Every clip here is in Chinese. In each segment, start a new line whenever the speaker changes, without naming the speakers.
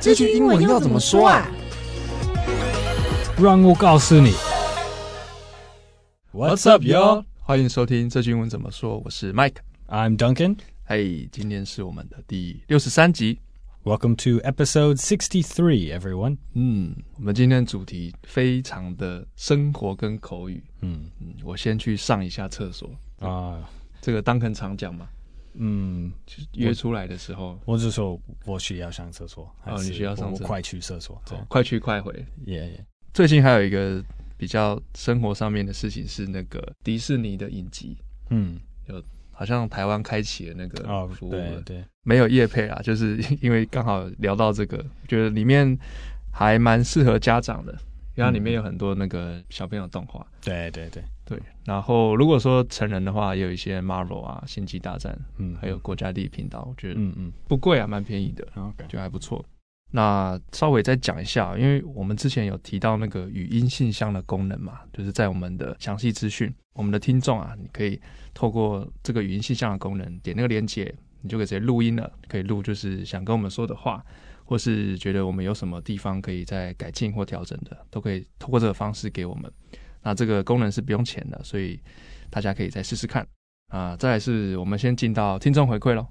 这句英文要怎么说啊？
让我告诉你。
What's up, yo？欢迎收听这句英文怎么说，我是 Mike。
I'm Duncan.
嘿，今天是我们的第六十三集。
Welcome to episode 63, everyone.
嗯，我们今天的主题非常的生活跟口语。
嗯
嗯，我先去上一下厕所。
啊，
这个当肯常讲嘛，
嗯，
就是约出来的时候，
mm, 我只说我需要上厕所，还
哦
是
你需要上
我
厕
我快去厕所。对
哦快去快回。
，Yeah, yeah.
最近还有一个比较生活上面的事情是那个迪士尼的影集，
嗯，
好像台湾开启了那个
哦，
服务了
对对，
没有业配 啊，就是因为刚好聊到这个，觉得里面还蛮适合家长的，因为它里面有很多那个小朋友动画。
对对对，
对，然后如果说成人的话，也有一些 Marvel 啊、星际大战，
嗯，
还有，国家地理频道，我觉得
嗯嗯
不贵啊，蛮便宜的，
，OK，
就还不错。那稍微再讲一下，因为我们之前有提到那个语音信箱的功能嘛，就是在我们的详细资讯，我们的听众啊，你可以透过这个语音信箱的功能，点那个连接，你就可以直接录音了，可以录就是想跟我们说的话，或是觉得我们有什么地方可以再改进或调整的，都可以透过这个方式给我们。那这个功能是不用钱的，所以大家可以再试试看啊、再来是我们先进到听众回馈喽。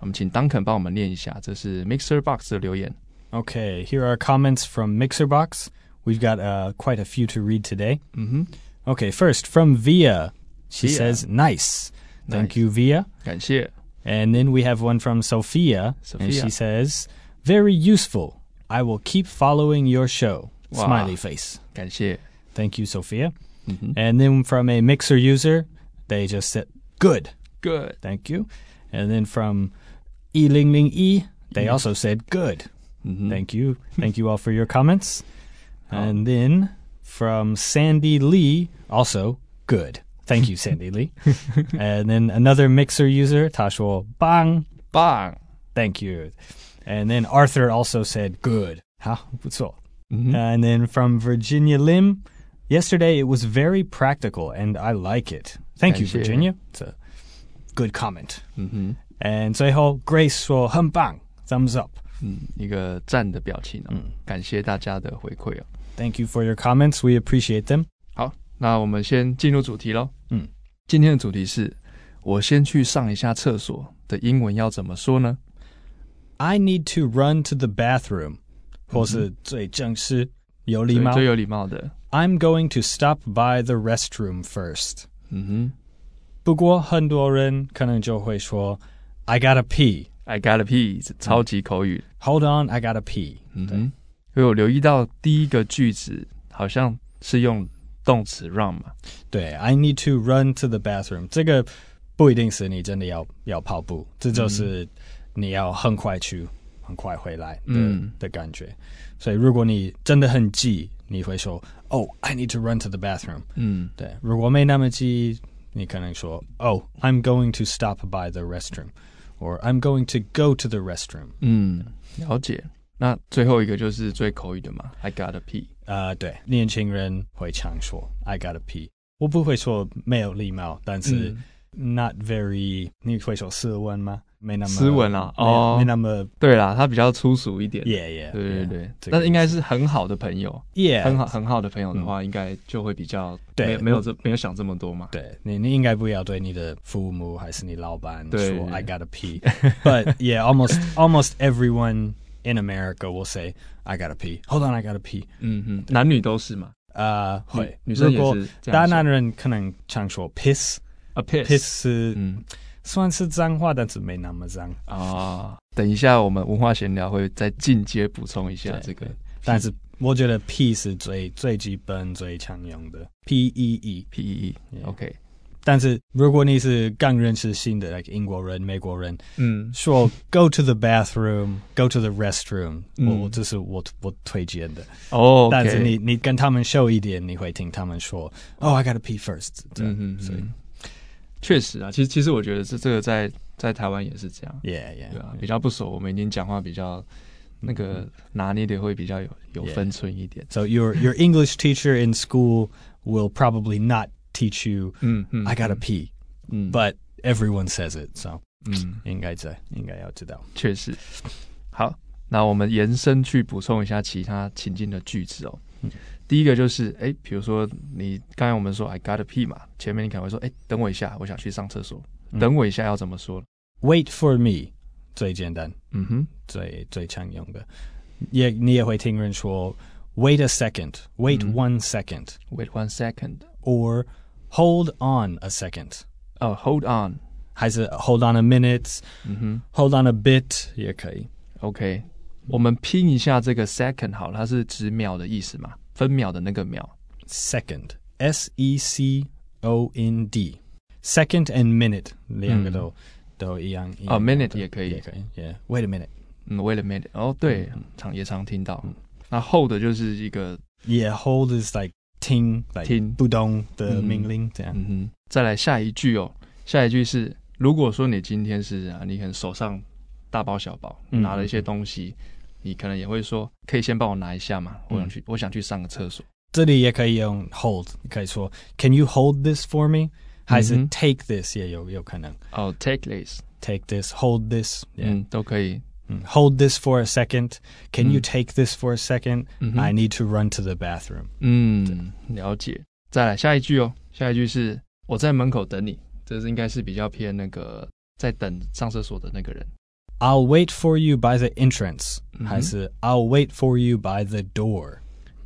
我们请 Duncan 帮我们念一下，这是 Mixer Box 的留言。
Okay, here are comments from Mixerbox. We've got uh, quite a few to read today.
嗯
Okay, first from Via. She
Via.
says, nice. Thank
Nice.
you, Via.
哼，感谢
And then we have one from Sophia, and
Sophia.
she says, "Very useful. I will keep following your show."
Wow.
Smiley face.
感谢。
Thank you, Sophia.
嗯哼
And then from a mixer user, they just said, "Good.
，Good，
Thank you." And then from E Ling Ling E, they
Mm.
also said, "Good.
嗯哼
Thank you. Thank you all for your comments."
Mm-hmm. Oh.
And then from Sandy Lee, also good. Thank you, Sandy Lee. and then another mixer user, Tashuo Bang.
棒。
Thank you. And then Arthur also said, good. Huh? What's all?
嗯哼
And then from Virginia Lim, yesterday it was very practical and I like it. Thank you,
Thank you.
Virginia. It's a good comment.
嗯哼，
And 最后 Grace 说很棒 thumbs up.
嗯，一个赞的表情啊，感谢大家的回馈啊。
Thank you for your comments. We appreciate them.
好，那我们先进入主题喽。
嗯，
今天的主题是我先去上一下厕所的英文要怎么说呢？
I need to run to the bathroom. 或是最正式有礼貌。
最有礼貌的。
I'm going to stop by the restroom first.
嗯
不过很多人可能就会说 "I gotta pee.
哼，I got a pee，是超级口语。
Hold on, I gotta pee.
嗯哼，因为我留意到第一个句子好像是用动词 run 嘛。
对，I need to run to the bathroom. 这个不一定是你真的要要跑步，这就是你要很快去，很快回来的、
嗯。
的感觉。所以如果你真的很急，你会说 "Oh, I need to run to the bathroom."
嗯，
对，如果没那么急，你可能说 "Oh, I'm going to stop by the restroom," or "I'm going to go to the restroom."
嗯，了解。那最后一个就是最口语的嘛，I got a pee。
呃，对，年轻人会常说 "I gotta pee"，我不会说没有礼貌，但是 not very，、你会说斯文吗？没那么
斯文啊
没
哦
没那么
对啦，他比较粗俗一点。
yeah yeah，
对对对
yeah，这个
但是应该是很好的朋友，
yeah
很好很好的朋友的话，应该就会比较
嗯对
没有没有这没有想这么多嘛。
对你，你应该不要对你的父母还是你老板
对
说 "I gotta pee." But yeah, almost almost everyone in America will say "I gotta pee." Hold on, I gotta pee.
嗯嗯，男女都是嘛。
呃，会
女生也
如果
是这样
大
说
男人可能常说 "piss"
啊
A piss。
piss 是
嗯
算是脏话，但是没那么脏。
啊，等一下我们文化闲聊会再进阶补充一下
对
这个
对但是我觉得 P 是最最基本、最常用的 P E E。
PEE。
Yeah
OK，
但是如果你是刚认识新的，like 英国人、美国人，
嗯，
说 Go to the bathroom, Go to the restroom，、
嗯
我我这是我我推荐的。
哦，
但是你你跟他们秀一点，你会听他们说 Oh, I gotta pee first。这样，
嗯嗯，
所以
嗯确实啊，其实其实我觉得这这个在在台湾也是这样，
Yeah, yeah，
对啊，嗯比较不熟，我们已经讲话比较那个拿捏的会比较有有
Yeah
分寸一点。
So your your English teacher in school will probably not teach you
嗯嗯
I gotta pee,
嗯
but everyone says it. So
嗯，
应该在应该要知道。
确实。好，
那我们延伸去补充一下其他情境的句子哦。
嗯
第一个就是，哎，比如说你刚才我们说 I got a pee 嘛，前面你可能会说，哎，等我一下，我想去上厕所。
嗯
等我一下要怎么说？
Wait for me 最简单，
嗯哼，
最最常用的，也你也会听人说 Wait a second, wait
嗯
one second,
Wait one second.
or hold on a second，
哦、h o l d on.
还是 hold on a minute,
嗯
hold on a bit 也可以。
哼，OK。我们拼一下这个 second 好了，它是指秒的意思嘛？分秒的那个秒。
second s e c o n d second and minute 两个都、都一样
哦，minute
一样
也可以
也可以 Hmm. Oh, yeah wait a minute
嗯，wait a minute。哦，对，
嗯
常也常听到。那 hold 就是一个，
也 hold is like 听 like
听
不动的
嗯
命令、这样
嗯哼。再来下一句哦，下一句是，如果说你今天是啊，你可能手上大包小包
嗯
拿了一些东西，你可能也会说，可以先帮我拿一下嘛？我想
嗯
去，我想去上个厕所。
这里也可以用 hold 可以说 Can you hold this for me 还是
嗯哼
take this 也有有可能
哦，take this，
take this hold this yeah、
嗯，都可以。
嗯 hold this for a second Can you
嗯
take this for a second、
嗯哼
I need to run to the bathroom
嗯，了解。再来下一句哦，下一句是我在门口等你，这是应该是比较偏那个在等上厕所的那个人。
I'll wait for you by the entrance，、
嗯哼
还是 I'll wait for you by the door？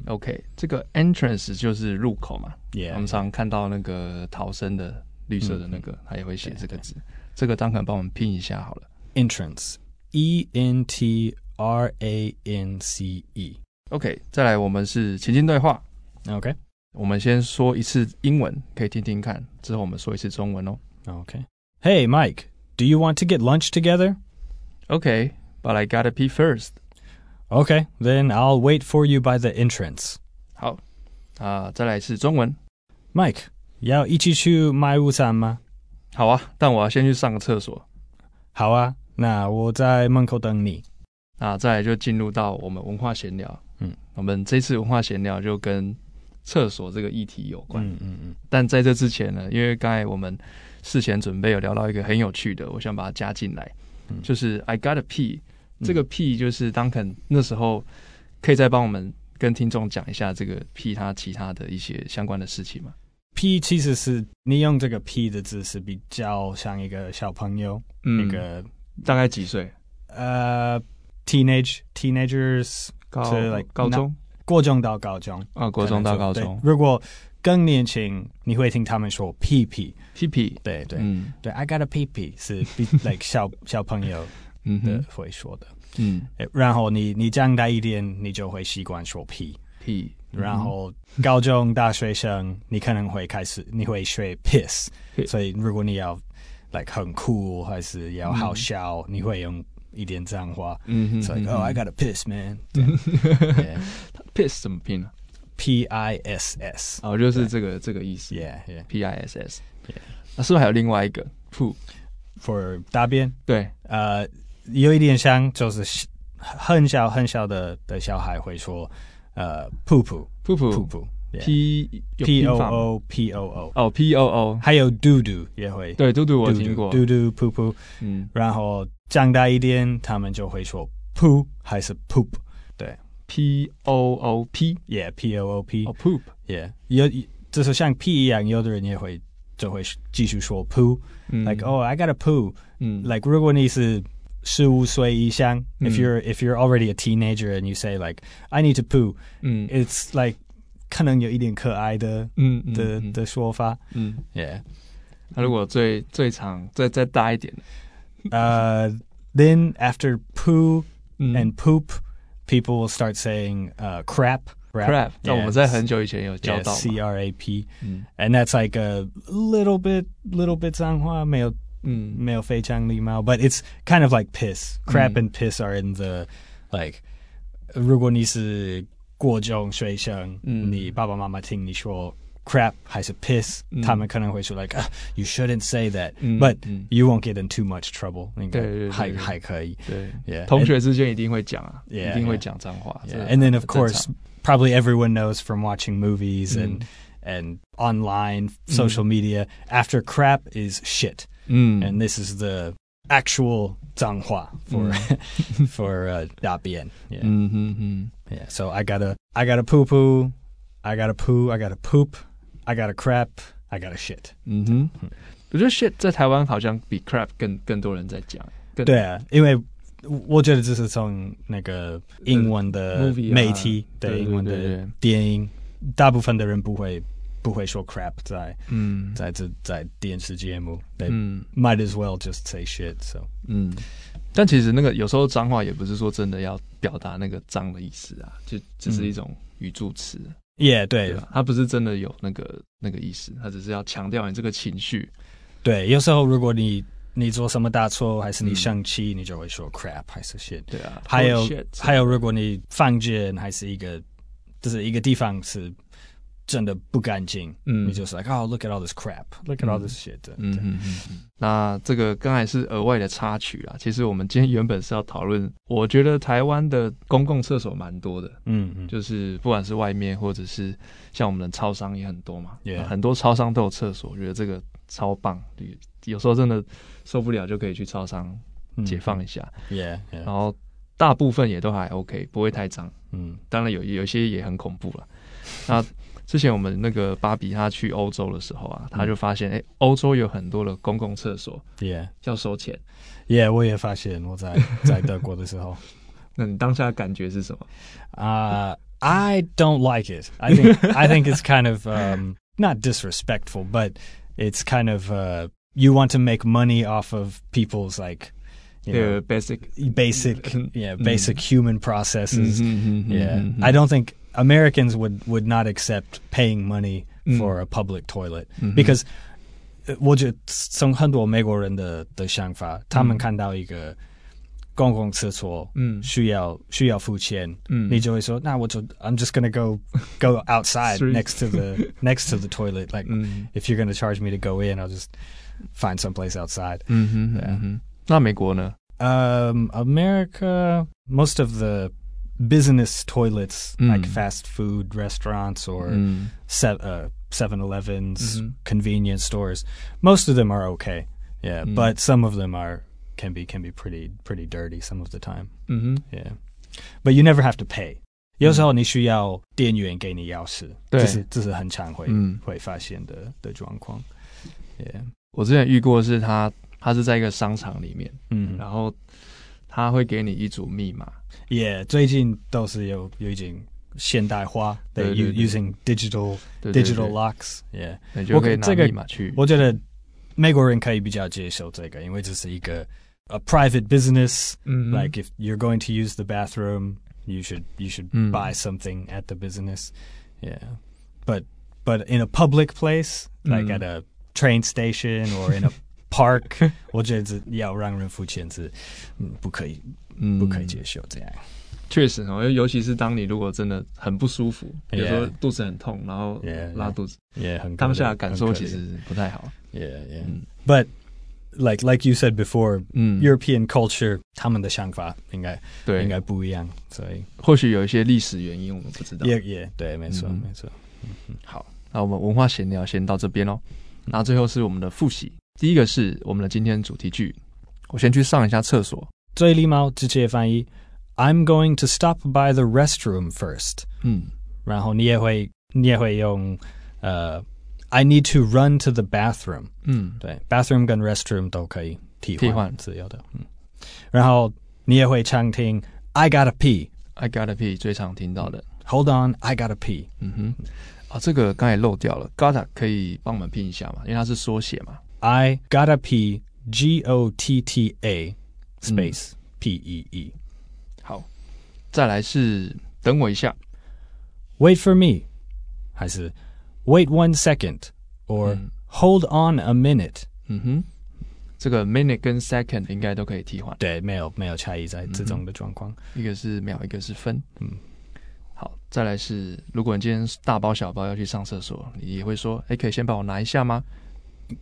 OK，这个 entrance 就是入口嘛
Yeah，
我们常看到那个逃生的绿色的那
嗯
个，他也会写这个字。这个当肯帮我们拼一下好了。
entrance E N T R A N C E。
OK，再来我们是情境对话，
Okay.
我们先说一次英文，可以听听看，之后我们说一次中文哦。
Okay. Hey Mike, do you want to get lunch together?
OK，but、I gotta pee first。
Okay, then I'll wait for you by the entrance.
好，啊、Ah, 再来是中文。
Mike, 要一起去买午餐吗？
好啊，但我要先去上个厕所。
好啊，那我在门口等你。
那再来就进入到我们文化闲聊。
嗯，
我们这次文化闲聊就跟厕所这个议题有关。
嗯嗯嗯。
但在这之前呢，因为刚才我们事前准备有聊到一个很有趣的，我想把它加进来，
嗯
就是 I got a pee。
嗯
这个 pee 就是当肯那时候可以再帮我们跟听众讲一下这个 pee 它其他的一些相关的事情嘛？
P 其实是你用这个 P 的字是比较像一个小朋友，
嗯
那个
大概几岁？
呃 teenage teenagers
高
所以 like
高中
过中到高中，
啊，国中到高中
对如果更年轻，你会听他们说屁屁，
，pee pee，
对对、
嗯
对，I got a 屁屁是 比 like 小小朋友
嗯
的
哼
会说的。
嗯
诶然后你你长大一点，你就会习惯说屁。
，pee，
然后高中大学生，你可能会开始你会学 piss，
嘿
所以如果你要 like 很酷还是要好笑，你会用一点脏话。
嗯哼
It's
嗯
like,
哼
oh, I got a piss, man. 这样 Yeah.
piss 怎么拼呢、
P I S S.
哦，就是这个这个意思
Yeah, yeah.
，P I S S。
Yeah
那是不是还有另外一个 poo？
For 大便，
对，
呃，有一点像，就是很小很小的的小孩会说，呃，噗噗
p o
噗
o
噗
p
P O
法吗
O P O O，
哦 p o o，
还有嘟嘟也会，
对，嘟嘟我
嘟嘟
听过，
嘟嘟噗噗，
嗯
然后长大一点，他们就会说噗还是 poop，对
，p o o p，
，yeah P O O P
哦 poop，
yeah，有就是像 P 一样，有的人也会就会继续说 poo，
嗯
like oh I got a poo。
嗯
like 如果你是十五岁以上、
嗯
if you're if you're already a teenager and you say like I need to poo,
嗯
it's like 可能有一点可爱的
嗯嗯
的
嗯
的说法
嗯，
，yeah，
那如果最最长再再大一点的，
呃、then Uh, after poo
嗯
and poop, people will start saying uh crap
crap，那 Oh, 我们在
yeah,
很久以前有教
yeah,
到嘛
C R A P,
嗯
and that's like a little bit little bit 脏话没有
嗯
male fei chang li mao, but it's kind of like piss. Crap
Mm.
and piss are in the like. 如果你是国中学生，
Mm.
你爸爸妈妈听你说 crap 还是 piss，、
Mm.
他们可能会说 like、uh, you shouldn't say that,
嗯
but
嗯
you won't get in too much trouble.
Mm, 对，对，对，对。对，
Yeah.
同学之间一定会讲啊，
Yeah，
一定会
yeah
讲脏话
and,
这
yeah. and then of
很正
course
常
probably everyone knows from watching movies
嗯
and and
Mm.
online social media after crap is shit.
嗯
and this is the actual 脏话 for for uh, 大便. Yeah.
Mm.
嗯哼哼，
Yeah. So I gotta I gotta poo poo, I gotta poo, I gotta poop, I gotta crap, I gotta shit.
嗯哼，我觉得 shit 在台湾好像比 crap 更更多人在讲，更
uh, 对啊，因为我觉得这是从那个英文的
movie 啊
媒体，对，
对，对，
英文的
对，对。
电影，大部分的人不会-不会说 crap 在-
嗯
在这-在电视节目。They
Mm.
嗯
might as well just say shit. So
嗯。但其实那个有时候脏话也不是说真的要表达那个脏的意思啊，就只是
嗯
一种语助词，
yeah，
对吧？它不是真的有那个那个意思，它只是要强调你这个情绪。
对，有时候如果你你做什么大错，还是你
嗯
生气，你就会说 crap 还是 shit。
对啊，
还有
Holy shit
还有，如果你犯贱，还是一个就是一个地方是真的不干净，
嗯
你就是 like oh look at all this crap, look at all this shit
嗯嗯嗯嗯，那这个刚才是额外的插曲啦。其实我们今天原本是要讨论，我觉得台湾的公共厕所蛮多的，
嗯嗯，
就是不管是外面或者是像我们的超商也很多嘛
Yeah
那很多超商都有厕所，我觉得这个超棒。有时候真的受不了就可以去超商
嗯
解放一哦下，
，yeah，
然后大部分也都还 OK，不会太脏。
嗯
当然有有些也很恐怖了。那之前我们那个芭比她去欧洲的时候啊，她就发现，哎、欧洲有很多的公共厕所
，yeah
要收钱。
yeah，我也发现我在在德国的时候
那你当下的感觉是什么？
啊、i Uh, don't like it. I think I think it's kind of um, not disrespectful, but it's kind of uh, you want to make money off of people's like you know
呃，basic，
basic yeah
Mm.
basic human processes.
嗯
Yeah,
Mm-hmm,
I don't think Americans would would not accept paying money for a public toilet because. uh, 我觉得从很多美国人的的想法，他们看到一个公共厕所
Mm.
嗯
需要需要付钱，
嗯
你就会说，那我就 I'm just gonna go go outside
Street.
next to the next to the toilet.
Mm.
Like
嗯
if you're gonna charge me to go in, I'll just find someplace outside.
嗯哼
啊
嗯哼。那美国呢？
Um, America, most of the business toilets,
Mm.
like fast food restaurants or
嗯
se- uh, 7-Elevens,
Mhm.
convenience stores, most of them are okay. Yeah,
Mm.
but some of them are can be can be pretty pretty dirty some of the time.
嗯哼，
Yeah. But you never have to pay. 有时候你需要店员给你钥匙，
Mm. 对
这是这是很常会、
嗯
会发现的的状况。Yeah.
我之前遇过是他，他是在一个商场里面，
嗯
然后他会给你一组密码，
，Yeah，最近都是有有已经现代化，
对
they
对对
using digital
对对
digital
对
locks。Yeah，
你就可以
我
拿
这个
密码去。
我觉得美国人可以比较接受这个，因为这是一个 a private business。
嗯
Like if you're going to use the bathroom, you should you should
Mm.
buy something at the business. Yeah. But but in a public place, like
Mm.
at a train station or in a park, 我觉得要让人付钱是不可以不可以接受这样。
嗯确实哦，尤其是当你如果真的很不舒服，比如说
Yeah
肚子很痛，然后
Yeah，
拉肚子，
也很
当下的感受其实不太好。
Yeah, yeah.
嗯
But like like you said before,
嗯，
European culture 他们的想法应该
对，
应该不一样，所以
或许有一些历史原因我们不知道。
也也对，没错
嗯。
没错。
好，那我们文化闲聊先到这边喽。哦那最后是我们的复习，第一个是我们的今天主题句，我先去上一下厕所。
最礼貌直接翻译 I'm going to stop by the restroom first.
嗯
first，然后你也会你也会用呃 I need to run to the bathroom.
嗯，
对，bathroom 跟 restroom 都可以替换，
替换。
自由的。嗯，然后你也会常听 I gotta pee.
I gotta pee 最常听到的，
Hold on, I gotta pee.
嗯哼，啊，这个刚才漏掉了，gotta 可以帮我们拼一下嘛，因为它是缩写嘛。
I gotta pee. G O T T A space P E E.
好，再来是等我一下，
Wait for me. 还是 Wait one second or Hold on a minute.
嗯哼，这个 minute 跟 second 应该都可以替换，
对，没有没有差异在这种的状况。
一个是秒，一个是分。嗯，好，再来是，如果你今天大包小包要去上厕所，你也会说，哎、可以先帮我拿一下吗？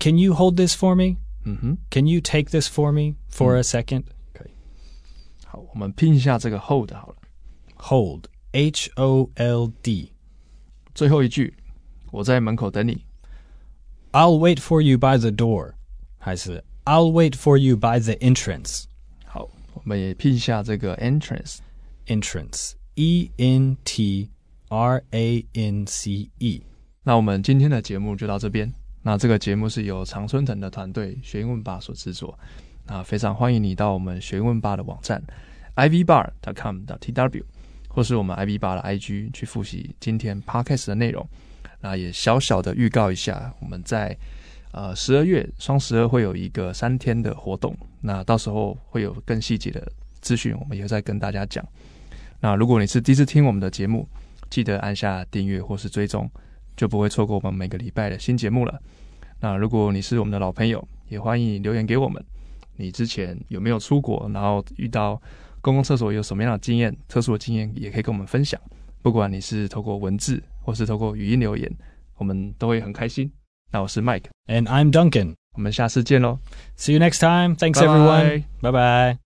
Can you hold this for me?
嗯哼，
Can you take this for me for a second? 可以
好，我们拼一下这个 hold 好了。
Hold. H O L D.
最后一句，我在门口等你。
I'll wait for you by the door. 还是 I'll wait for you by the entrance.
好，我们也拼一下这个 entrance。
Entrance. E N T R A N C E.
那我们今天的节目就到这边。那这个节目是由常春藤的团队学英文吧所制作。那非常欢迎你到我们学英文吧的网站 ivbar.com.tw，或是我们 iv 吧的 IG 去复习今天 podcast 的内容。那也小小的预告一下，我们在呃十二月双十二会有一个三天的活动，那到时候会有更细节的资讯，我们也会再跟大家讲。那如果你是第一次听我们的节目，记得按下订阅或是追踪，就不会错过我们每个礼拜的新节目了。那如果你是我们的老朋友，也欢迎留言给我们，你之前有没有出国，然后遇到公共厕所有什么样的经验，特殊的经验也可以跟我们分享。不管你是透过文字或是透过语音留言，我们都会很开心。那我是 Mike，
And I'm Duncan.
我们下次见喽，
See you next time. Thanks,
Bye-bye.
everyone. Bye bye.